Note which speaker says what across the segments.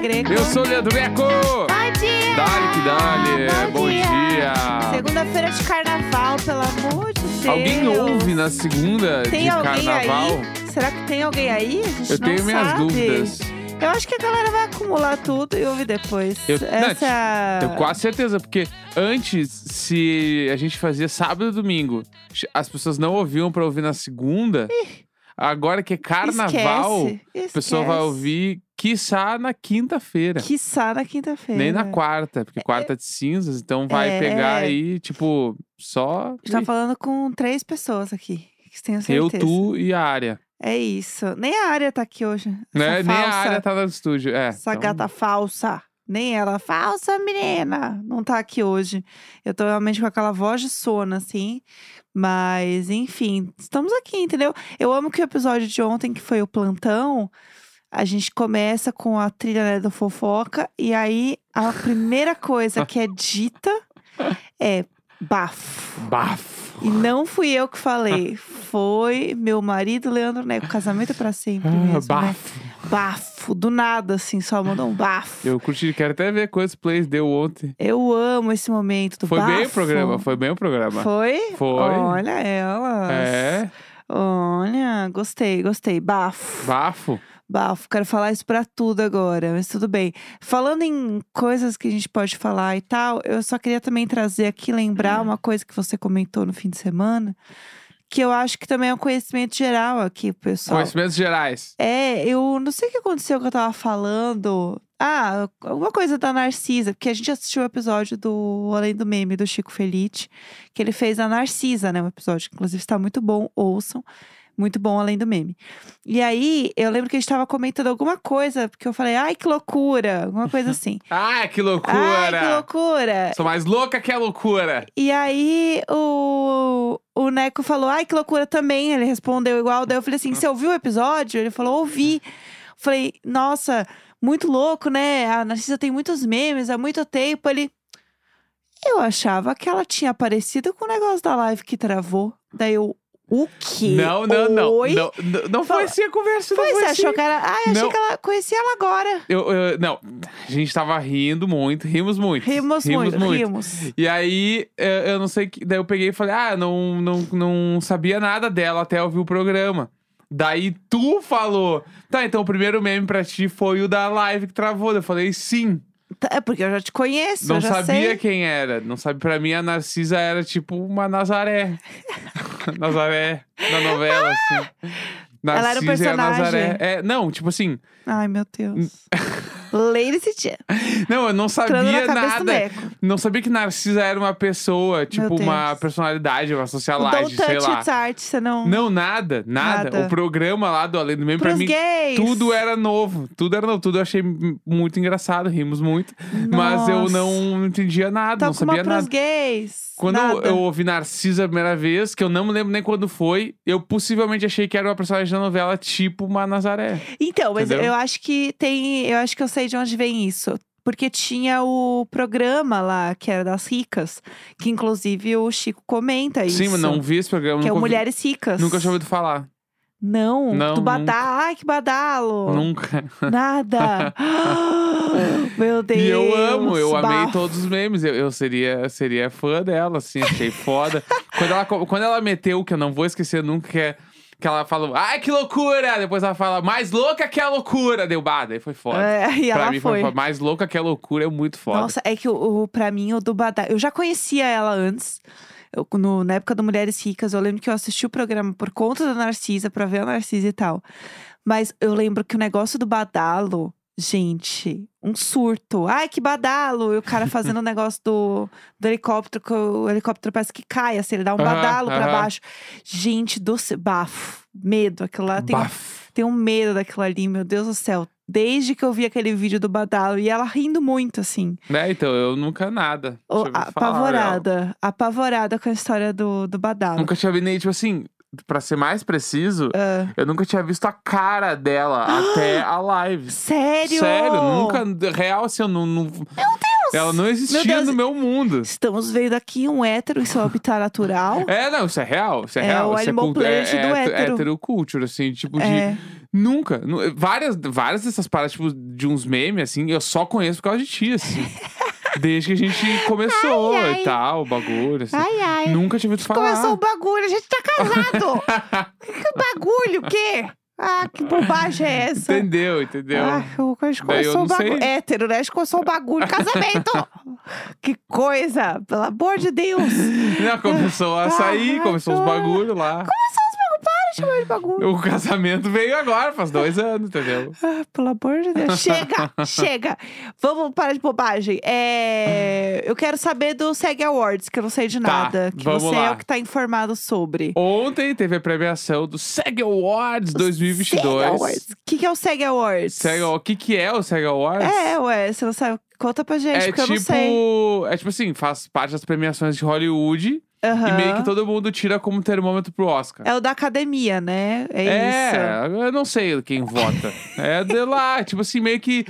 Speaker 1: Greco.
Speaker 2: Eu sou o Leandro Greco!
Speaker 1: Bom dia!
Speaker 2: Dale que dale! é, Bom dia!
Speaker 1: Segunda-feira de carnaval, pelo amor de Deus.
Speaker 2: Alguém ouve né? na segunda
Speaker 1: Tem
Speaker 2: de
Speaker 1: alguém
Speaker 2: carnaval?
Speaker 1: aí? Será que tem alguém aí? A gente
Speaker 2: Eu
Speaker 1: não
Speaker 2: tenho minhas
Speaker 1: sabe.
Speaker 2: dúvidas.
Speaker 1: Eu acho que a galera vai acumular tudo e ouvir depois.
Speaker 2: Eu- né,
Speaker 1: Essa... é
Speaker 2: Tenho quase certeza, porque antes, se a gente fazia sábado e domingo, as pessoas não ouviam pra ouvir na segunda. Agora que é carnaval,
Speaker 1: Esquece,
Speaker 2: a pessoa vai
Speaker 1: esquece.
Speaker 2: ouvir, quiçá, na quinta-feira.
Speaker 1: Quiçá na quinta-feira.
Speaker 2: Nem na quarta, porque quarta é de cinzas, então vai
Speaker 1: É.
Speaker 2: pegar aí, tipo, só
Speaker 1: A gente tá falando com três pessoas aqui. que Tenho
Speaker 2: eu,
Speaker 1: certeza.
Speaker 2: tu e a área.
Speaker 1: É isso. Nem a área tá aqui hoje.
Speaker 2: Né?
Speaker 1: Essa
Speaker 2: Nem a
Speaker 1: falsa.
Speaker 2: área tá no estúdio. É,
Speaker 1: Essa
Speaker 2: então,
Speaker 1: gata falsa. Nem ela. Falsa, menina! Não tá aqui hoje. Eu tô realmente com aquela voz de sono, assim. Mas, enfim, estamos aqui, entendeu? Eu amo que o episódio de ontem, que foi o plantão, a gente começa com a trilha né, do fofoca. E aí, a primeira coisa que é dita é bafo.
Speaker 2: Bafo.
Speaker 1: E não fui eu que falei. Foi meu marido, Leandro Neco. Casamento é pra sempre mesmo,
Speaker 2: Ah,
Speaker 1: né?
Speaker 2: bafo.
Speaker 1: bafo, do nada, assim, só mandou um bafo. Eu,
Speaker 2: Eu curti, quero até ver quantos plays deu ontem.
Speaker 1: amo esse momento do
Speaker 2: Foi
Speaker 1: bafo.
Speaker 2: bem o programa, foi bem o programa.
Speaker 1: Foi?
Speaker 2: Foi.
Speaker 1: Olha ela.
Speaker 2: É,
Speaker 1: Olha, gostei, gostei. Bafo.
Speaker 2: bafo.
Speaker 1: Bafo, quero falar isso pra tudo agora, mas tudo bem. Falando em coisas que a gente pode falar e tal, eu só queria também trazer aqui, lembrar uma coisa que você comentou no fim de semana, que eu acho que também é um conhecimento geral aqui, pessoal.
Speaker 2: Conhecimentos gerais.
Speaker 1: É, eu não sei o que aconteceu que eu tava falando. Ah, alguma coisa da Narcisa, porque a gente assistiu o episódio do Além do Meme do Chico Felite, que ele fez a Narcisa, né? Um episódio que, inclusive, está muito bom, ouçam. Muito bom, além do meme. E aí, eu lembro que a gente tava comentando alguma coisa, porque eu falei, ai, que loucura! Alguma coisa assim.
Speaker 2: Ai, que loucura!
Speaker 1: ai, que loucura!
Speaker 2: Sou mais louca que a loucura.
Speaker 1: E aí o, o Neco falou, ai, que loucura também. Ele respondeu igual. Daí eu falei assim: você ouviu o episódio? Ele falou, ouvi. Falei, nossa, muito louco, né? A Narcisa tem muitos memes há muito tempo. Ele. Eu achava que ela tinha aparecido com o negócio da live que travou. Daí eu. O quê?
Speaker 2: Não, não, não.
Speaker 1: Oi?
Speaker 2: Não, não, não foi
Speaker 1: Fala-
Speaker 2: assim a conversa,
Speaker 1: Foi,
Speaker 2: não foi
Speaker 1: você
Speaker 2: assim.
Speaker 1: achou que era. Ai, achei
Speaker 2: Não.
Speaker 1: que ela conhecia ela agora.
Speaker 2: Eu, eu- não, a gente tava rindo muito, rimos muito.
Speaker 1: Rimos,
Speaker 2: rimos muito.
Speaker 1: rimos.
Speaker 2: E aí, é, eu não sei que. Daí eu peguei e falei, ah, não, não, não sabia nada dela até ouvir o programa. Daí tu falou, tá, então o primeiro meme pra ti foi o da live que travou. Eu falei, sim.
Speaker 1: Tá, É porque eu já te conheço,
Speaker 2: não
Speaker 1: eu já
Speaker 2: sabia
Speaker 1: sei.
Speaker 2: quem era. Não sabe, pra mim a Narcisa era tipo uma Nazaré. Nazaré da novela, assim.
Speaker 1: Ah! Ela era um
Speaker 2: Narcisa e a
Speaker 1: personagem.
Speaker 2: Nazaré. É, não, tipo assim,
Speaker 1: Ai, meu Deus. Ladies and gentlemen.
Speaker 2: não, eu não
Speaker 1: Entrando na
Speaker 2: sabia
Speaker 1: cabeça do
Speaker 2: nada.
Speaker 1: Neco.
Speaker 2: Não sabia que Narcisa era uma pessoa, tipo uma
Speaker 1: Deus.
Speaker 2: personalidade, uma
Speaker 1: Don't
Speaker 2: socialite, sei
Speaker 1: Então, touch
Speaker 2: lá.
Speaker 1: its art, você não...
Speaker 2: Não, nada, nada,
Speaker 1: Nada.
Speaker 2: O programa lá do Além do Meme, pra
Speaker 1: Pros
Speaker 2: mim,
Speaker 1: gays.
Speaker 2: tudo é era novo. Tudo era novo, tudo eu achei m- muito engraçado, rimos muito. Mas eu
Speaker 1: Nossa.
Speaker 2: não entendia nada,
Speaker 1: Tá
Speaker 2: não
Speaker 1: com uma
Speaker 2: sabia
Speaker 1: pros
Speaker 2: nada.
Speaker 1: gays.
Speaker 2: Quando eu-
Speaker 1: nada.
Speaker 2: eu ouvi Narcisa a primeira vez, que eu não me lembro nem quando foi, eu possivelmente achei que era uma personagem da novela tipo uma Nazaré.
Speaker 1: Então, mas
Speaker 2: Entendeu?
Speaker 1: eu acho que tem... Eu acho que eu sei de onde vem isso. Porque tinha o programa lá, que era das ricas. Que inclusive o Chico comenta É isso.
Speaker 2: Sim, mas não vi esse programa.
Speaker 1: Que é o
Speaker 2: nunca ouvi-
Speaker 1: Mulheres Ricas.
Speaker 2: Nunca tinha ouvido falar.
Speaker 1: Não,
Speaker 2: Não,
Speaker 1: do badalo.
Speaker 2: nunca.
Speaker 1: Ai, que badalo.
Speaker 2: Nunca.
Speaker 1: Nada. Meu Deus.
Speaker 2: E eu amo, eu amei
Speaker 1: bafo.
Speaker 2: todos os memes. Eu, eu seria, seria fã dela, assim, achei foda. quando, ela, co- quando ela meteu, que eu não vou esquecer nunca, que, é, que ela falou, ai que loucura! Depois ela fala, mais louca que a loucura! Deu bada, aí foi foda.
Speaker 1: É, e
Speaker 2: pra
Speaker 1: ela
Speaker 2: mim
Speaker 1: foi.
Speaker 2: foda. mais louca que a loucura é muito foda.
Speaker 1: Nossa, é que o, o, pra mim, o do Badá. Eu já conhecia ela antes. Eu- no- na época do Mulheres Ricas, eu lembro que eu assisti o programa por conta da Narcisa, pra ver a Narcisa e tal. Mas eu lembro que o negócio do badalo, gente, um surto. Ai, que badalo! E o cara fazendo o negócio do, do helicóptero, que o helicóptero parece que cai, assim, ele dá um
Speaker 2: Aham,
Speaker 1: badalo pra
Speaker 2: aham.
Speaker 1: baixo. Gente, doce, bafo, medo. Aquilo lá tem um
Speaker 2: Bafo.
Speaker 1: tenho medo daquilo ali, meu Deus do céu. Desde que eu vi aquele vídeo do Badalo e ela rindo muito, assim.
Speaker 2: Né, então, eu nunca nada.
Speaker 1: Ô,
Speaker 2: Deixa eu falar,
Speaker 1: apavorada. apavorada com a história do, do
Speaker 2: eu
Speaker 1: Badalo.
Speaker 2: Nunca tinha visto, nem, tipo assim, pra ser mais preciso,
Speaker 1: Ah,
Speaker 2: eu nunca tinha visto a cara dela até a live.
Speaker 1: sério?
Speaker 2: nunca. Real, assim, eu não. não meu Deus! Ela não existia
Speaker 1: Meu Deus.
Speaker 2: no meu mundo.
Speaker 1: Estamos vendo aqui um hétero em seu habitat natural.
Speaker 2: É, não, isso é real. Isso é,
Speaker 1: É
Speaker 2: real.
Speaker 1: o
Speaker 2: isso é
Speaker 1: animal
Speaker 2: cultu- é,
Speaker 1: planet do
Speaker 2: é,
Speaker 1: hétero.
Speaker 2: culture, assim, tipo de.
Speaker 1: É.
Speaker 2: Nunca. Nu- Várias, várias dessas paradas, tipo, de uns memes, assim, eu só conheço por causa de ti, assim. Desde que a gente começou
Speaker 1: Ai, ai.
Speaker 2: e tal, o bagulho, assim.
Speaker 1: Ai, ai.
Speaker 2: Nunca tinha ouvido falar.
Speaker 1: Começou o bagulho, a gente tá casado. que bagulho, o quê? Ah, que bobagem é essa?
Speaker 2: Entendeu, entendeu?
Speaker 1: Ah, o- a gente
Speaker 2: Daí eu
Speaker 1: começou o
Speaker 2: não
Speaker 1: bagulho.
Speaker 2: sei.
Speaker 1: Hétero, né? A gente começou o bagulho. Casamento! que coisa! Pelo amor de Deus! Começou
Speaker 2: Não, começou a sair,
Speaker 1: Ah,
Speaker 2: começou os
Speaker 1: tô-
Speaker 2: bagulho lá.
Speaker 1: os bagulhos, para de chamar de bagulho.
Speaker 2: O casamento veio agora, faz dois anos, entendeu?
Speaker 1: Ah, pelo amor de Deus. Chega, chega. Vamos parar de bobagem. É, Eu quero saber do SEG Awards, que eu não sei de
Speaker 2: Tá,
Speaker 1: nada. que
Speaker 2: vamos
Speaker 1: você é
Speaker 2: lá.
Speaker 1: o que tá informado sobre.
Speaker 2: Ontem teve a premiação do SEG Awards 2022.
Speaker 1: SEG Awards. O que, que é o SEG Awards?
Speaker 2: SEG, o que que é o SEG Awards?
Speaker 1: É, ué, você não sabe. Conta pra gente,
Speaker 2: É
Speaker 1: porque eu não sei.
Speaker 2: tipo, é tipo assim, faz parte das premiações de Hollywood e
Speaker 1: Aham.
Speaker 2: meio que todo mundo tira como termômetro pro Oscar.
Speaker 1: É o da academia, né? É, isso.
Speaker 2: eu não sei quem vota. é de lá, tipo assim, meio que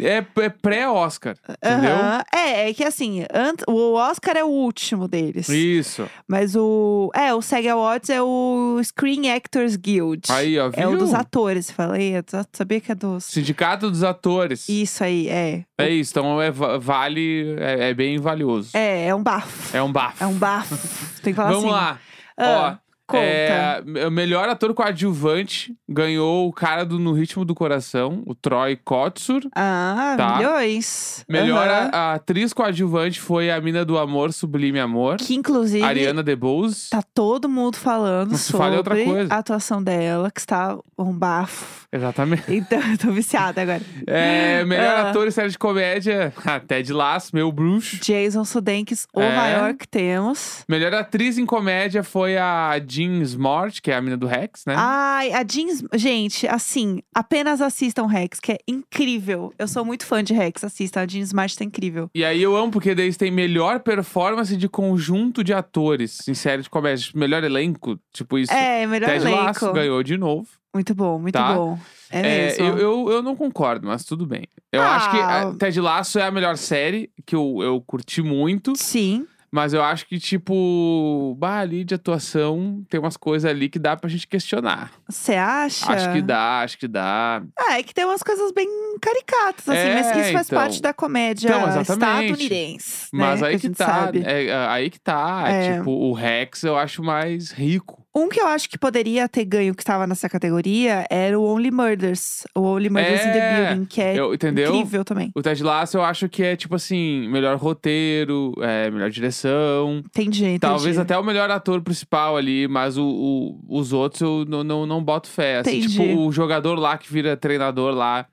Speaker 2: é, é pré-Oscar, entendeu?
Speaker 1: Aham. É, é que assim, ant- o Oscar é o último deles.
Speaker 2: Isso.
Speaker 1: Mas o. É, o SEG Awards é o Screen Actors Guild.
Speaker 2: Aí, ó, viu?
Speaker 1: É o dos atores, falei. é dos- Sabia que é dos.
Speaker 2: Sindicato dos atores.
Speaker 1: Isso aí, é.
Speaker 2: É isso, então é, va- vale, é, é bem valioso.
Speaker 1: É, é um bafo.
Speaker 2: É um bafo.
Speaker 1: É um bafo. Tem que falar
Speaker 2: Vamos
Speaker 1: assim.
Speaker 2: lá.
Speaker 1: Ah,
Speaker 2: Ó,
Speaker 1: Conta.
Speaker 2: é, o melhor ator coadjuvante ganhou o cara do No Ritmo do Coração, o Troy Kotsur.
Speaker 1: Ah,
Speaker 2: Tá.
Speaker 1: milhões.
Speaker 2: Melhor
Speaker 1: Aham.
Speaker 2: a, a atriz coadjuvante foi a mina do amor, Sublime Amor,
Speaker 1: Que inclusive.
Speaker 2: Ariana DeBose.
Speaker 1: Tá todo mundo falando
Speaker 2: Não se
Speaker 1: sobre
Speaker 2: fale outra coisa.
Speaker 1: a atuação dela, que está um bafo.
Speaker 2: Exatamente.
Speaker 1: Então, eu tô viciada agora.
Speaker 2: É, melhor
Speaker 1: Ah.
Speaker 2: ator em série de comédia, Ted Lasso, meu bruxo.
Speaker 1: Jason Sudeikis, o
Speaker 2: É.
Speaker 1: maior que temos.
Speaker 2: Melhor atriz em comédia foi a Jean Smart, que é a mina do Rex, né?
Speaker 1: Ai, a Jeans. Gente, assim, apenas assistam Rex, que é incrível. Eu sou muito fã de Rex, assistam. A Jeans Smart tá incrível.
Speaker 2: E aí eu amo, porque daí eles têm melhor performance de conjunto de atores em série de comédia. Tipo, Melhor elenco, tipo isso.
Speaker 1: É, melhor
Speaker 2: Ted
Speaker 1: elenco.
Speaker 2: Lasso ganhou de novo.
Speaker 1: Muito bom, muito
Speaker 2: Tá.
Speaker 1: bom. É,
Speaker 2: É,
Speaker 1: mesmo.
Speaker 2: eu, eu, eu não concordo, mas tudo bem. Eu
Speaker 1: Ah.
Speaker 2: acho que a Ted Lasso é a melhor série, que eu, eu curti muito.
Speaker 1: Sim,
Speaker 2: Mas eu acho que, tipo, bah, ali de atuação, tem umas coisas ali que dá pra gente questionar.
Speaker 1: você acha?
Speaker 2: Acho que dá, acho que dá.
Speaker 1: Ah, é que tem umas coisas bem caricatas, assim,
Speaker 2: É,
Speaker 1: mas que isso faz
Speaker 2: então.
Speaker 1: parte da comédia
Speaker 2: Então, exatamente.
Speaker 1: estadunidense. né,
Speaker 2: Mas aí
Speaker 1: a
Speaker 2: que,
Speaker 1: gente
Speaker 2: tá.
Speaker 1: sabe.
Speaker 2: é, é, aí que tá.
Speaker 1: É.
Speaker 2: Tipo, o Rex eu acho mais rico.
Speaker 1: Um que eu acho que poderia ter ganho que estava nessa categoria era o Only Murders. O Only Murders in the
Speaker 2: É,
Speaker 1: Building, que é
Speaker 2: Eu, entendeu?
Speaker 1: incrível também.
Speaker 2: O Ted Lasso eu acho que é, tipo assim, melhor roteiro, é, melhor direção.
Speaker 1: Entendi, entendi.
Speaker 2: Talvez até o melhor ator principal ali, mas o, o- os outros eu não, não, não boto fé. assim.
Speaker 1: Entendi.
Speaker 2: tipo, o jogador lá que vira treinador lá,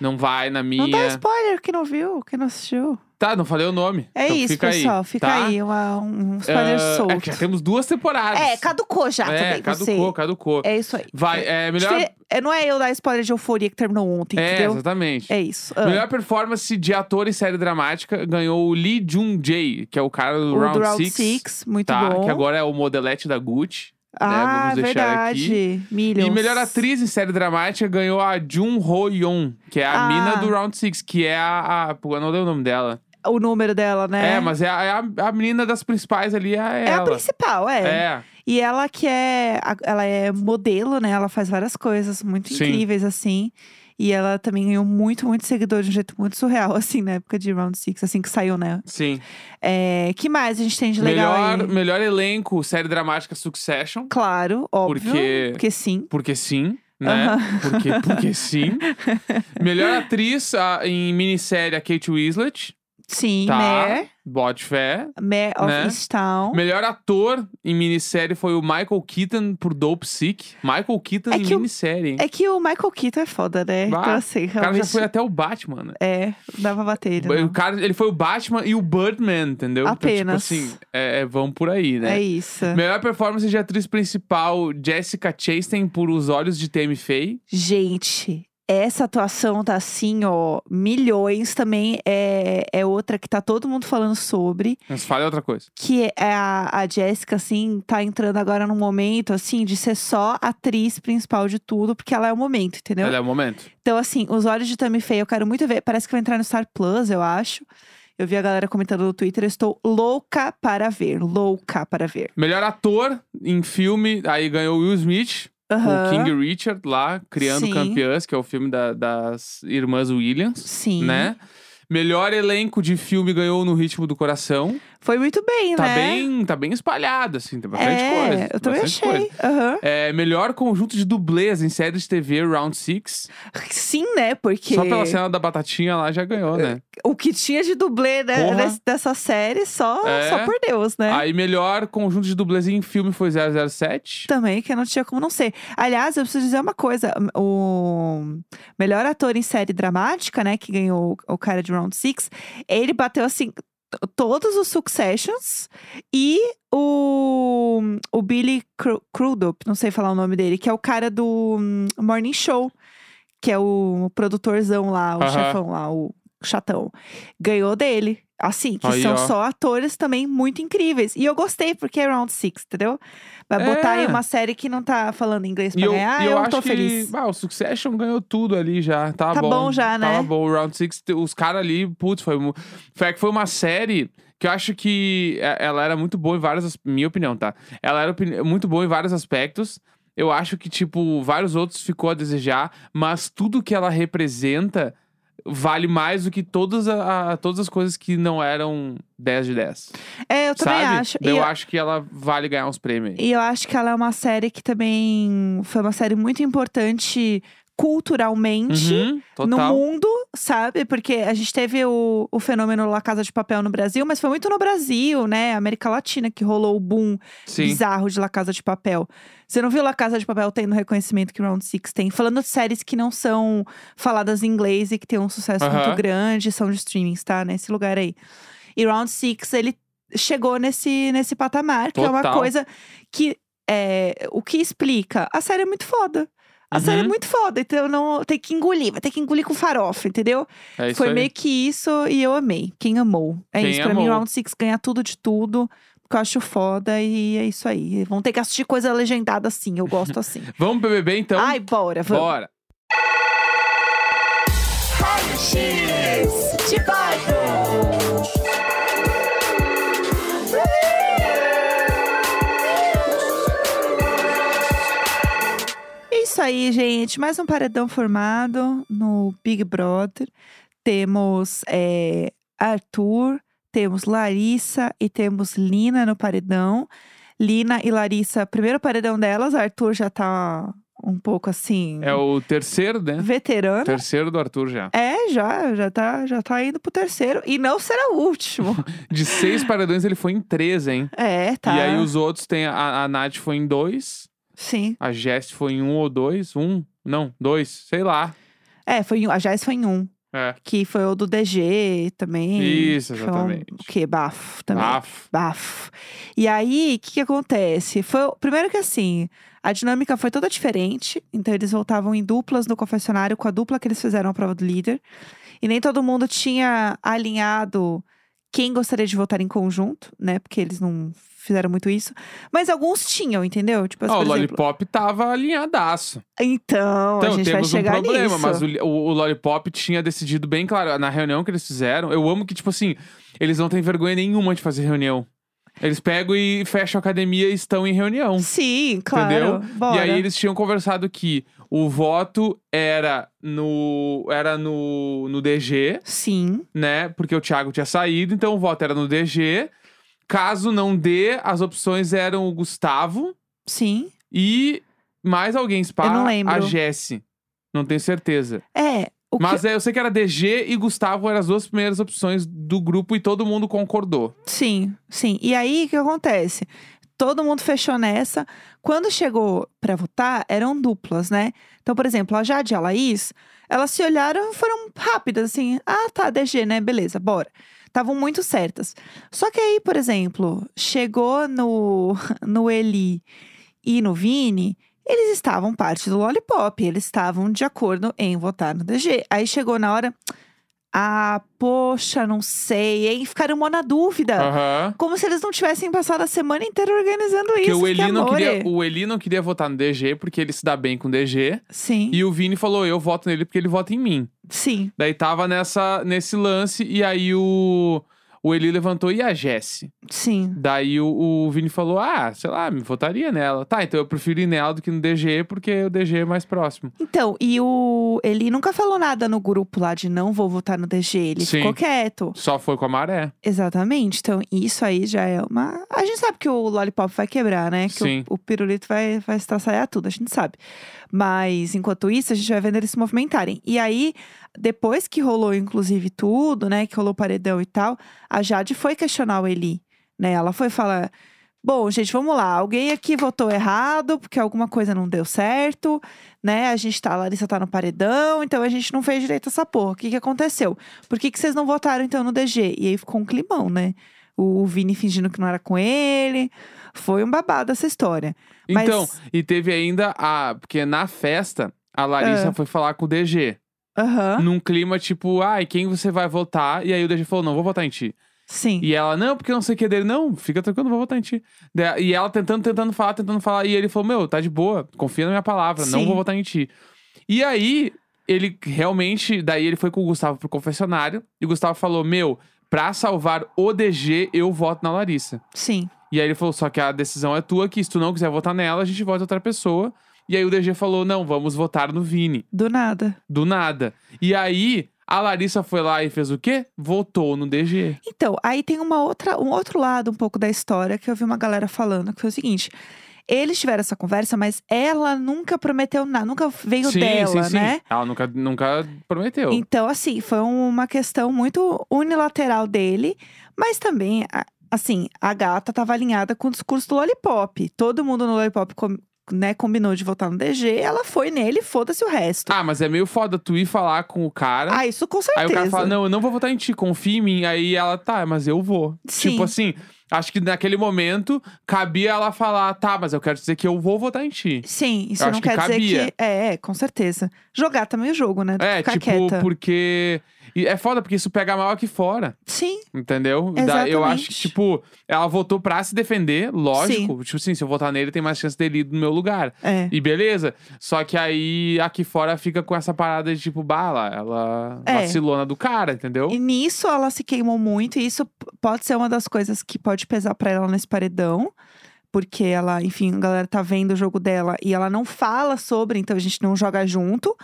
Speaker 2: não vai na minha.
Speaker 1: Não tá dá spoiler, quem não viu, quem não assistiu.
Speaker 2: Tá, não falei o nome.
Speaker 1: É
Speaker 2: Então
Speaker 1: isso,
Speaker 2: fica
Speaker 1: pessoal.
Speaker 2: Aí,
Speaker 1: fica
Speaker 2: tá?
Speaker 1: aí uma- um spoiler
Speaker 2: Ah,
Speaker 1: solto.
Speaker 2: é que já temos duas temporadas.
Speaker 1: É, caducou já
Speaker 2: É,
Speaker 1: também,
Speaker 2: caducou,
Speaker 1: você.
Speaker 2: caducou.
Speaker 1: É isso aí.
Speaker 2: Vai, é melhor.
Speaker 1: Difer- é, Não é eu dar spoiler de euforia que terminou ontem,
Speaker 2: É,
Speaker 1: entendeu?
Speaker 2: exatamente.
Speaker 1: É isso. Ah,
Speaker 2: Melhor performance de ator em série dramática ganhou o Lee Jung Jae, que é o cara do
Speaker 1: o
Speaker 2: Round
Speaker 1: do Round
Speaker 2: Six,
Speaker 1: Six, muito
Speaker 2: tá?
Speaker 1: bom.
Speaker 2: Que agora é o modelete da Gucci.
Speaker 1: ah,
Speaker 2: Vamos deixar aqui.
Speaker 1: verdade. Millions.
Speaker 2: E melhor atriz em série dramática ganhou a Jun Ho Yeon, que é a
Speaker 1: Ah.
Speaker 2: mina do Round Six, que é a. a pô, eu não dei o nome dela.
Speaker 1: O número dela, né?
Speaker 2: É, mas é a, é a- a menina das principais ali, é,
Speaker 1: É
Speaker 2: ela.
Speaker 1: a principal,
Speaker 2: É.
Speaker 1: E ela que é, a- ela é modelo, né? Ela faz várias coisas muito
Speaker 2: Sim.
Speaker 1: incríveis, assim. E ela também ganhou muito, muito seguidor de um jeito muito surreal, assim, na época de Round Six, assim que saiu, né?
Speaker 2: Sim.
Speaker 1: É, que mais a gente tem de legal
Speaker 2: Melhor,
Speaker 1: aí?
Speaker 2: melhor elenco, série dramática Succession.
Speaker 1: Claro, óbvio.
Speaker 2: Porque-
Speaker 1: Porque sim.
Speaker 2: Porque sim, né?
Speaker 1: Aham.
Speaker 2: Porque, porque sim. Melhor atriz a- em minissérie, a Kate Winslet.
Speaker 1: Sim,
Speaker 2: Tá.
Speaker 1: Mare.
Speaker 2: Bote fé.
Speaker 1: Mare of
Speaker 2: Né?
Speaker 1: Easttown.
Speaker 2: Melhor ator em minissérie foi o Michael Keaton por Dope Sick. Michael Keaton
Speaker 1: É
Speaker 2: em
Speaker 1: que o-
Speaker 2: minissérie, hein?
Speaker 1: É que o Michael Keaton é foda, né?
Speaker 2: Bah,
Speaker 1: então, assim,
Speaker 2: Ah, O cara já
Speaker 1: realmente.
Speaker 2: foi até o Batman, né?
Speaker 1: É, dá né? pra bater ele.
Speaker 2: O
Speaker 1: não.
Speaker 2: cara, ele foi o Batman e o Birdman, entendeu? Então,
Speaker 1: Apenas.
Speaker 2: tipo assim, é, é, vão por aí, né?
Speaker 1: É isso.
Speaker 2: Melhor performance de atriz principal, Jessica Chastain por Os Olhos de Tammy Faye.
Speaker 1: Gente, essa atuação tá assim, ó, milhões também. É, é outra que tá todo mundo falando sobre.
Speaker 2: Mas fala outra coisa.
Speaker 1: Que é a, a Jéssica, assim, tá entrando agora num momento, assim, de ser só atriz principal de tudo, porque ela é o momento, entendeu?
Speaker 2: Ela é o momento.
Speaker 1: Então, assim, os olhos de Tammy Faye eu quero muito ver. Parece que vai entrar no Star Plus, eu acho. Eu vi a galera comentando no Twitter, eu estou louca para ver, louca para ver.
Speaker 2: Melhor ator em filme, aí ganhou Will Smith. com
Speaker 1: Aham.
Speaker 2: King Richard lá, criando
Speaker 1: Sim.
Speaker 2: campeãs, que é o filme da- das irmãs Williams,
Speaker 1: Sim.
Speaker 2: né? Melhor elenco de filme ganhou no Ritmo do Coração.
Speaker 1: Foi muito bem,
Speaker 2: Tá
Speaker 1: né?
Speaker 2: bem, tá bem espalhado assim, tem bastante
Speaker 1: é,
Speaker 2: coisa.
Speaker 1: Eu também
Speaker 2: bastante
Speaker 1: achei.
Speaker 2: coisa.
Speaker 1: Aham.
Speaker 2: É, melhor conjunto de dublês em série de TV Round Six.
Speaker 1: Sim, né? Porque
Speaker 2: Só pela cena da batatinha lá já ganhou, né?
Speaker 1: o que tinha de dublê né,
Speaker 2: Porra.
Speaker 1: des- dessa série, só,
Speaker 2: É.
Speaker 1: só por Deus, né?
Speaker 2: Aí melhor conjunto de dublês em filme foi 007.
Speaker 1: Também, que não tinha como não ser. Aliás, eu preciso dizer uma coisa. O melhor ator em série dramática, né? Que ganhou o cara de Round Six Ele bateu, assim, t- todos os Successions. E o, o Billy Cru- Crudup, não sei falar o nome dele. Que é o cara do hum, Morning Show. Que é o produtorzão lá, o
Speaker 2: Aham.
Speaker 1: chefão lá, o chatão. Ganhou dele. Assim, que
Speaker 2: Aí,
Speaker 1: são
Speaker 2: ó.
Speaker 1: só atores também muito incríveis. E eu gostei, porque é Round Six entendeu? Vai
Speaker 2: É.
Speaker 1: botar aí uma série que não tá falando inglês pra
Speaker 2: E eu,
Speaker 1: ganhar,
Speaker 2: e eu, acho
Speaker 1: tô
Speaker 2: que
Speaker 1: feliz.
Speaker 2: ah, o Succession ganhou tudo ali já. Tá,
Speaker 1: Tá
Speaker 2: bom,
Speaker 1: bom já, né?
Speaker 2: Tava bom. O Round Six te- os caras ali, putz, foi, mu- foi é que foi uma série que eu acho que é- ela era muito boa em vários. as- Minha opinião, tá? Ela era opini- muito boa em vários aspectos. Eu acho que, tipo, vários outros ficou a desejar, mas tudo que ela representa vale mais do que todas, a, a- todas as coisas que não eram 10 de 10.
Speaker 1: É, eu também
Speaker 2: sabe?
Speaker 1: acho.
Speaker 2: Daí
Speaker 1: e,
Speaker 2: eu acho que ela vale ganhar uns prêmios. aí.
Speaker 1: e eu acho que ela é uma série que também foi uma série muito importante culturalmente.
Speaker 2: Uhum,
Speaker 1: No
Speaker 2: total.
Speaker 1: mundo, sabe? Porque a gente teve o, o fenômeno La Casa de Papel no Brasil, mas foi muito no Brasil, né? América Latina que rolou o boom
Speaker 2: Sim.
Speaker 1: bizarro de La Casa de Papel. Você não viu La Casa de Papel tendo o reconhecimento que Round Six tem? Falando de séries que não são faladas em inglês e que tem um sucesso
Speaker 2: Aham.
Speaker 1: muito grande, são de streamings, tá? Nesse lugar aí. E Round Six, ele chegou nesse, nesse patamar, que é uma
Speaker 2: Total.
Speaker 1: coisa que. É, o que explica? A série é muito foda. A série é
Speaker 2: Uhum.
Speaker 1: muito foda, então não tem que engolir, vai ter que engolir com farofa, entendeu?
Speaker 2: É isso
Speaker 1: Foi
Speaker 2: aí.
Speaker 1: meio que isso e eu amei. Quem amou. É
Speaker 2: Quem
Speaker 1: isso. Pra mim,
Speaker 2: amou.
Speaker 1: Round Six ganha tudo de tudo. Porque eu acho foda e é isso aí. Vão ter que assistir coisa legendada assim. Eu gosto assim.
Speaker 2: Vamos pro BBB então?
Speaker 1: Ai, bora, vamos.
Speaker 2: Bora.
Speaker 1: É isso aí, gente. Mais um paredão formado no Big Brother. Temos é, Arthur, temos Larissa e temos Lina no paredão. Lina e Larissa, primeiro paredão delas. Arthur já tá um pouco assim.
Speaker 2: É o terceiro, né?
Speaker 1: veterano.
Speaker 2: Terceiro do Arthur já.
Speaker 1: É, já, já tá, já tá indo pro terceiro. E não será o último.
Speaker 2: De seis paredões, ele foi em três, hein?
Speaker 1: é, tá.
Speaker 2: E aí os outros tem. A, a Nath foi em dois,
Speaker 1: Sim.
Speaker 2: a Jess foi em um ou dois. Um? Não, dois, sei lá.
Speaker 1: É, foi em um- a Jazz foi em um.
Speaker 2: É.
Speaker 1: Que foi o do DG também.
Speaker 2: Isso,
Speaker 1: Foi um-
Speaker 2: exatamente. Ah,
Speaker 1: O que? Bafo também.
Speaker 2: Bafo.
Speaker 1: Bafo. E aí, o que, que acontece? Foi, o- primeiro que assim, a dinâmica foi toda diferente. Então, eles voltavam em duplas no confessionário com a dupla que eles fizeram a prova do líder. E nem todo mundo tinha alinhado quem gostaria de votar em conjunto, né? Porque eles não fizeram muito isso. Mas alguns tinham, entendeu? Tipo,
Speaker 2: Ó, o
Speaker 1: por exemplo,
Speaker 2: Lollipop tava alinhadaço.
Speaker 1: então, a
Speaker 2: então,
Speaker 1: gente vai
Speaker 2: temos um
Speaker 1: chegar
Speaker 2: problema,
Speaker 1: nisso.
Speaker 2: mas o, o- o Lollipop tinha decidido bem claro. Na reunião que eles fizeram, eu amo que, tipo assim, eles não têm vergonha nenhuma de fazer reunião. Eles pegam e fecham a academia e estão em reunião.
Speaker 1: Sim, claro. Bora.
Speaker 2: um E aí eles tinham conversado que o voto era no era no, no DG,
Speaker 1: Sim.
Speaker 2: né? Porque o Thiago tinha saído, então o voto era no DG. Caso não dê, as opções eram o Gustavo
Speaker 1: Sim.
Speaker 2: e mais alguém, Spa,
Speaker 1: Eu não lembro.
Speaker 2: a Jesse. Não tenho certeza.
Speaker 1: É. O
Speaker 2: Mas é, eu sei que era DG e Gustavo eram as duas primeiras opções do grupo e todo mundo concordou.
Speaker 1: que... Sim, sim. E aí, o que acontece? Todo mundo fechou nessa. Quando chegou pra votar, eram duplas, né? Então, por exemplo, a Jade e a Laís, elas se olharam e foram rápidas, assim. Ah, tá, DG, né? Beleza, bora. Estavam muito certas. Só que aí, por exemplo, chegou no, no Eli e no Vini, eles estavam parte do Lollipop. Eles estavam de acordo em votar no DG. Aí chegou na hora... Ah, poxa, não sei, hein? Ficaram mó na dúvida.
Speaker 2: Aham.
Speaker 1: Como se eles não tivessem passado a semana inteira organizando
Speaker 2: Porque
Speaker 1: É isso.
Speaker 2: o Eli,
Speaker 1: que
Speaker 2: não
Speaker 1: amore.
Speaker 2: queria, o Eli não queria votar no DG porque ele se dá bem com o DG.
Speaker 1: Sim,
Speaker 2: E o Vini falou: eu voto nele porque ele vota em mim.
Speaker 1: sim.
Speaker 2: Daí tava nessa, nesse lance, e aí o, o Eli levantou e a Jesse.
Speaker 1: Sim.
Speaker 2: Daí o, o Vini falou: Ah, sei lá, me votaria nela. Tá, então eu prefiro ir nela do que no DG, porque o DG é mais próximo.
Speaker 1: Então, e o ele nunca falou nada no grupo lá de não vou votar no DG, ele
Speaker 2: Sim.
Speaker 1: ficou quieto.
Speaker 2: Só foi com a maré.
Speaker 1: Exatamente. Então, isso aí já é uma. A gente sabe que o Lollipop vai quebrar, né? Que o-
Speaker 2: Sim.
Speaker 1: O, pirulito vai, vai estraçalhar tudo, a gente sabe. Mas, enquanto isso, a gente vai vendo eles se movimentarem. E aí, depois que rolou, inclusive, tudo, né? Que rolou o paredão e tal, a Jade foi questionar o Eli, né? Ela foi falar. Bom, gente, vamos lá. Alguém aqui votou errado, porque alguma coisa não deu certo, né? A gente tá, a Larissa tá no paredão, então a gente não fez direito essa porra. O que que aconteceu? Por que, que vocês não votaram então no DG? E aí ficou um climão, né? O Vini fingindo que não era com ele. Foi um babado essa história. Mas-
Speaker 2: Então, e teve ainda a. Porque na festa, a Larissa
Speaker 1: É.
Speaker 2: foi falar com o DG.
Speaker 1: Aham.
Speaker 2: Num clima tipo, ai, quem você vai votar? E aí o DG falou: Não, vou votar em ti.
Speaker 1: Sim.
Speaker 2: E ela, não, porque não sei o que dele. Não, fica tranquilo, vou votar em ti. Da- E ela tentando, tentando falar, tentando falar. E ele falou, meu, tá de boa, confia na minha palavra, não
Speaker 1: Sim.
Speaker 2: vou votar em ti. E aí, ele realmente, daí ele foi com o Gustavo pro confessionário. E o Gustavo falou, meu, pra salvar o DG, eu voto na Larissa.
Speaker 1: Sim.
Speaker 2: E aí ele falou, só que a decisão é tua, que se tu não quiser votar nela, a gente vota em outra pessoa. E aí o DG falou, não, vamos votar no Vini.
Speaker 1: Do nada.
Speaker 2: Do nada. E aí, a Larissa foi lá e fez o quê? Votou no DG.
Speaker 1: Então, aí tem uma outra, um outro lado um pouco da história que eu vi uma galera falando, que foi o seguinte. Eles tiveram essa conversa, mas ela nunca prometeu nada, nunca veio dela, né?
Speaker 2: Ela nunca, nunca prometeu.
Speaker 1: Então, assim, foi uma questão muito unilateral dele, mas também, a- assim, a gata tava alinhada com o discurso do Lollipop. Todo mundo no Lollipop com- né, combinou de votar no DG, ela foi nele, foda-se o resto.
Speaker 2: Ah, mas é meio foda tu ir falar com o cara.
Speaker 1: Ah, isso com
Speaker 2: aí
Speaker 1: certeza.
Speaker 2: o cara fala, não, eu não vou votar em ti, confia em mim. Aí ela, tá, mas eu vou.
Speaker 1: Sim.
Speaker 2: Tipo assim, acho que naquele momento cabia ela falar, tá, mas eu quero dizer que eu vou votar em ti.
Speaker 1: Sim, isso
Speaker 2: Eu
Speaker 1: não
Speaker 2: acho que
Speaker 1: quer dizer
Speaker 2: cabia.
Speaker 1: que. É, é, com certeza. Jogar também o jogo, né?
Speaker 2: É,
Speaker 1: Ficar
Speaker 2: tipo,
Speaker 1: quieta.
Speaker 2: porque. E é foda, porque isso pega mal aqui fora,
Speaker 1: Sim,
Speaker 2: entendeu? Da- eu acho
Speaker 1: Exatamente.
Speaker 2: que, tipo, ela votou pra se defender, lógico. Tipo assim, se eu votar nele, tem mais chance dele ir no meu lugar.
Speaker 1: é.
Speaker 2: E beleza. Só que aí aqui fora fica com essa parada de tipo, bala, ela
Speaker 1: É.
Speaker 2: vacilona do cara, entendeu?
Speaker 1: E nisso ela se queimou muito, e isso p- pode ser uma das coisas que pode pesar pra ela nesse paredão. Porque ela, enfim, a galera tá vendo o jogo dela e ela não fala sobre, então a gente não joga junto.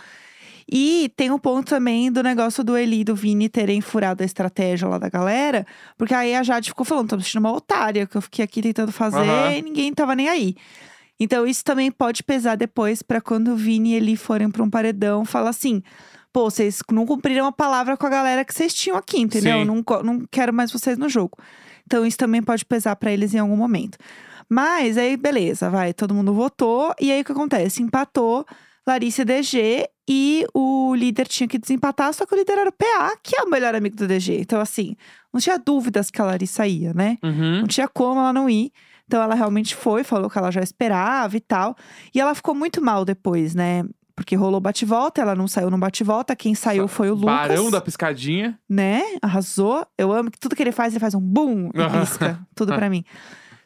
Speaker 1: E tem o ponto também do negócio do Eli e do Vini terem furado a estratégia lá da galera. Porque aí a Jade ficou falando, tô me sentindo uma otária, que eu fiquei aqui tentando fazer
Speaker 2: Aham.
Speaker 1: e ninguém tava nem aí. Então isso também pode pesar depois pra quando o Vini e ele forem pra um paredão, fala assim: pô, vocês não cumpriram a palavra com a galera que vocês tinham aqui, entendeu?
Speaker 2: Sim.
Speaker 1: Não, co- não quero mais vocês no jogo. Então isso também pode pesar pra eles em algum momento. Mas aí, beleza, vai, todo mundo votou. E aí o que acontece? Empatou Larissa e DG e o líder tinha que desempatar, só que o líder era o PA, que é o melhor amigo do DG. Então, assim, não tinha dúvidas que a Larissa ia, né?
Speaker 2: Uhum.
Speaker 1: Não tinha como ela não ir. Então ela realmente foi, falou que ela já esperava e tal. E ela ficou muito mal depois, né? Porque rolou bate-volta, ela não saiu no bate-volta. Quem saiu foi o Lucas.
Speaker 2: Barão da piscadinha.
Speaker 1: Né? Arrasou. Eu amo que tudo que ele faz, ele faz um boom e
Speaker 2: Aham.
Speaker 1: pisca. tudo pra mim.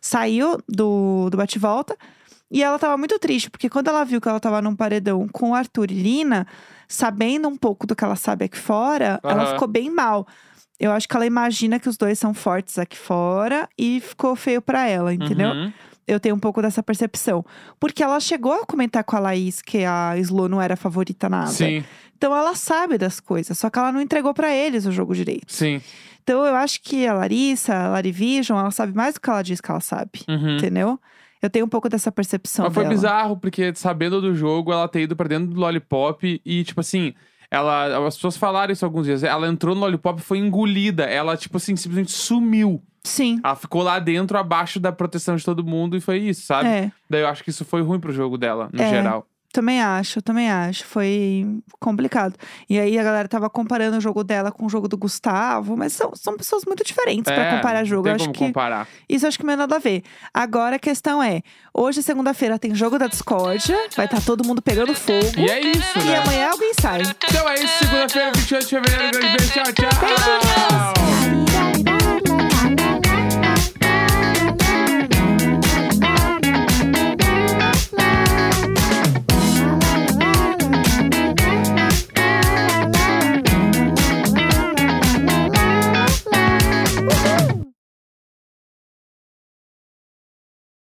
Speaker 1: Saiu do, do bate-volta. E ela tava muito triste, porque quando ela viu que ela tava num paredão com o Arthur e Lina, sabendo um pouco do que ela sabe aqui fora, ela
Speaker 2: Aham.
Speaker 1: ficou bem mal. Eu acho que ela imagina que os dois são fortes aqui fora e ficou feio pra ela, entendeu?
Speaker 2: Uhum.
Speaker 1: Eu tenho um pouco dessa percepção. Porque ela chegou a comentar com a Laís que a Slo não era a favorita nada.
Speaker 2: Sim,
Speaker 1: Então ela sabe das coisas, só que ela não entregou pra eles o jogo direito.
Speaker 2: sim.
Speaker 1: Então eu acho que a Larissa, a Larivision, ela sabe mais do que ela diz que ela sabe,
Speaker 2: Uhum.
Speaker 1: entendeu? Eu tenho um pouco dessa percepção
Speaker 2: Mas foi
Speaker 1: dela.
Speaker 2: bizarro, porque sabendo do jogo, ela ter ido pra dentro do Lollipop e, tipo assim, ela. As pessoas falaram isso alguns dias. Ela entrou no Lollipop e foi engolida. Ela, tipo assim, simplesmente sumiu.
Speaker 1: Sim,
Speaker 2: Ela ficou lá dentro, abaixo da proteção de todo mundo, e foi isso, sabe?
Speaker 1: é.
Speaker 2: Daí eu acho que isso foi ruim pro jogo dela, no
Speaker 1: É.
Speaker 2: geral.
Speaker 1: Também acho, também acho. Foi complicado. E aí a galera tava comparando o jogo dela com o jogo do Gustavo, mas são, são pessoas muito diferentes pra
Speaker 2: É,
Speaker 1: comparar
Speaker 2: não
Speaker 1: jogo.
Speaker 2: Tem
Speaker 1: eu acho
Speaker 2: como
Speaker 1: que
Speaker 2: comparar.
Speaker 1: isso acho que não é nada a ver. Agora a questão é, hoje segunda-feira tem jogo da discórdia, vai estar todo mundo pegando fogo
Speaker 2: E é isso,
Speaker 1: e
Speaker 2: né?
Speaker 1: amanhã alguém sai.
Speaker 2: Então é isso, segunda-feira, 28 de fevereiro, grande beijo, tchau, tchau!
Speaker 1: Beijo.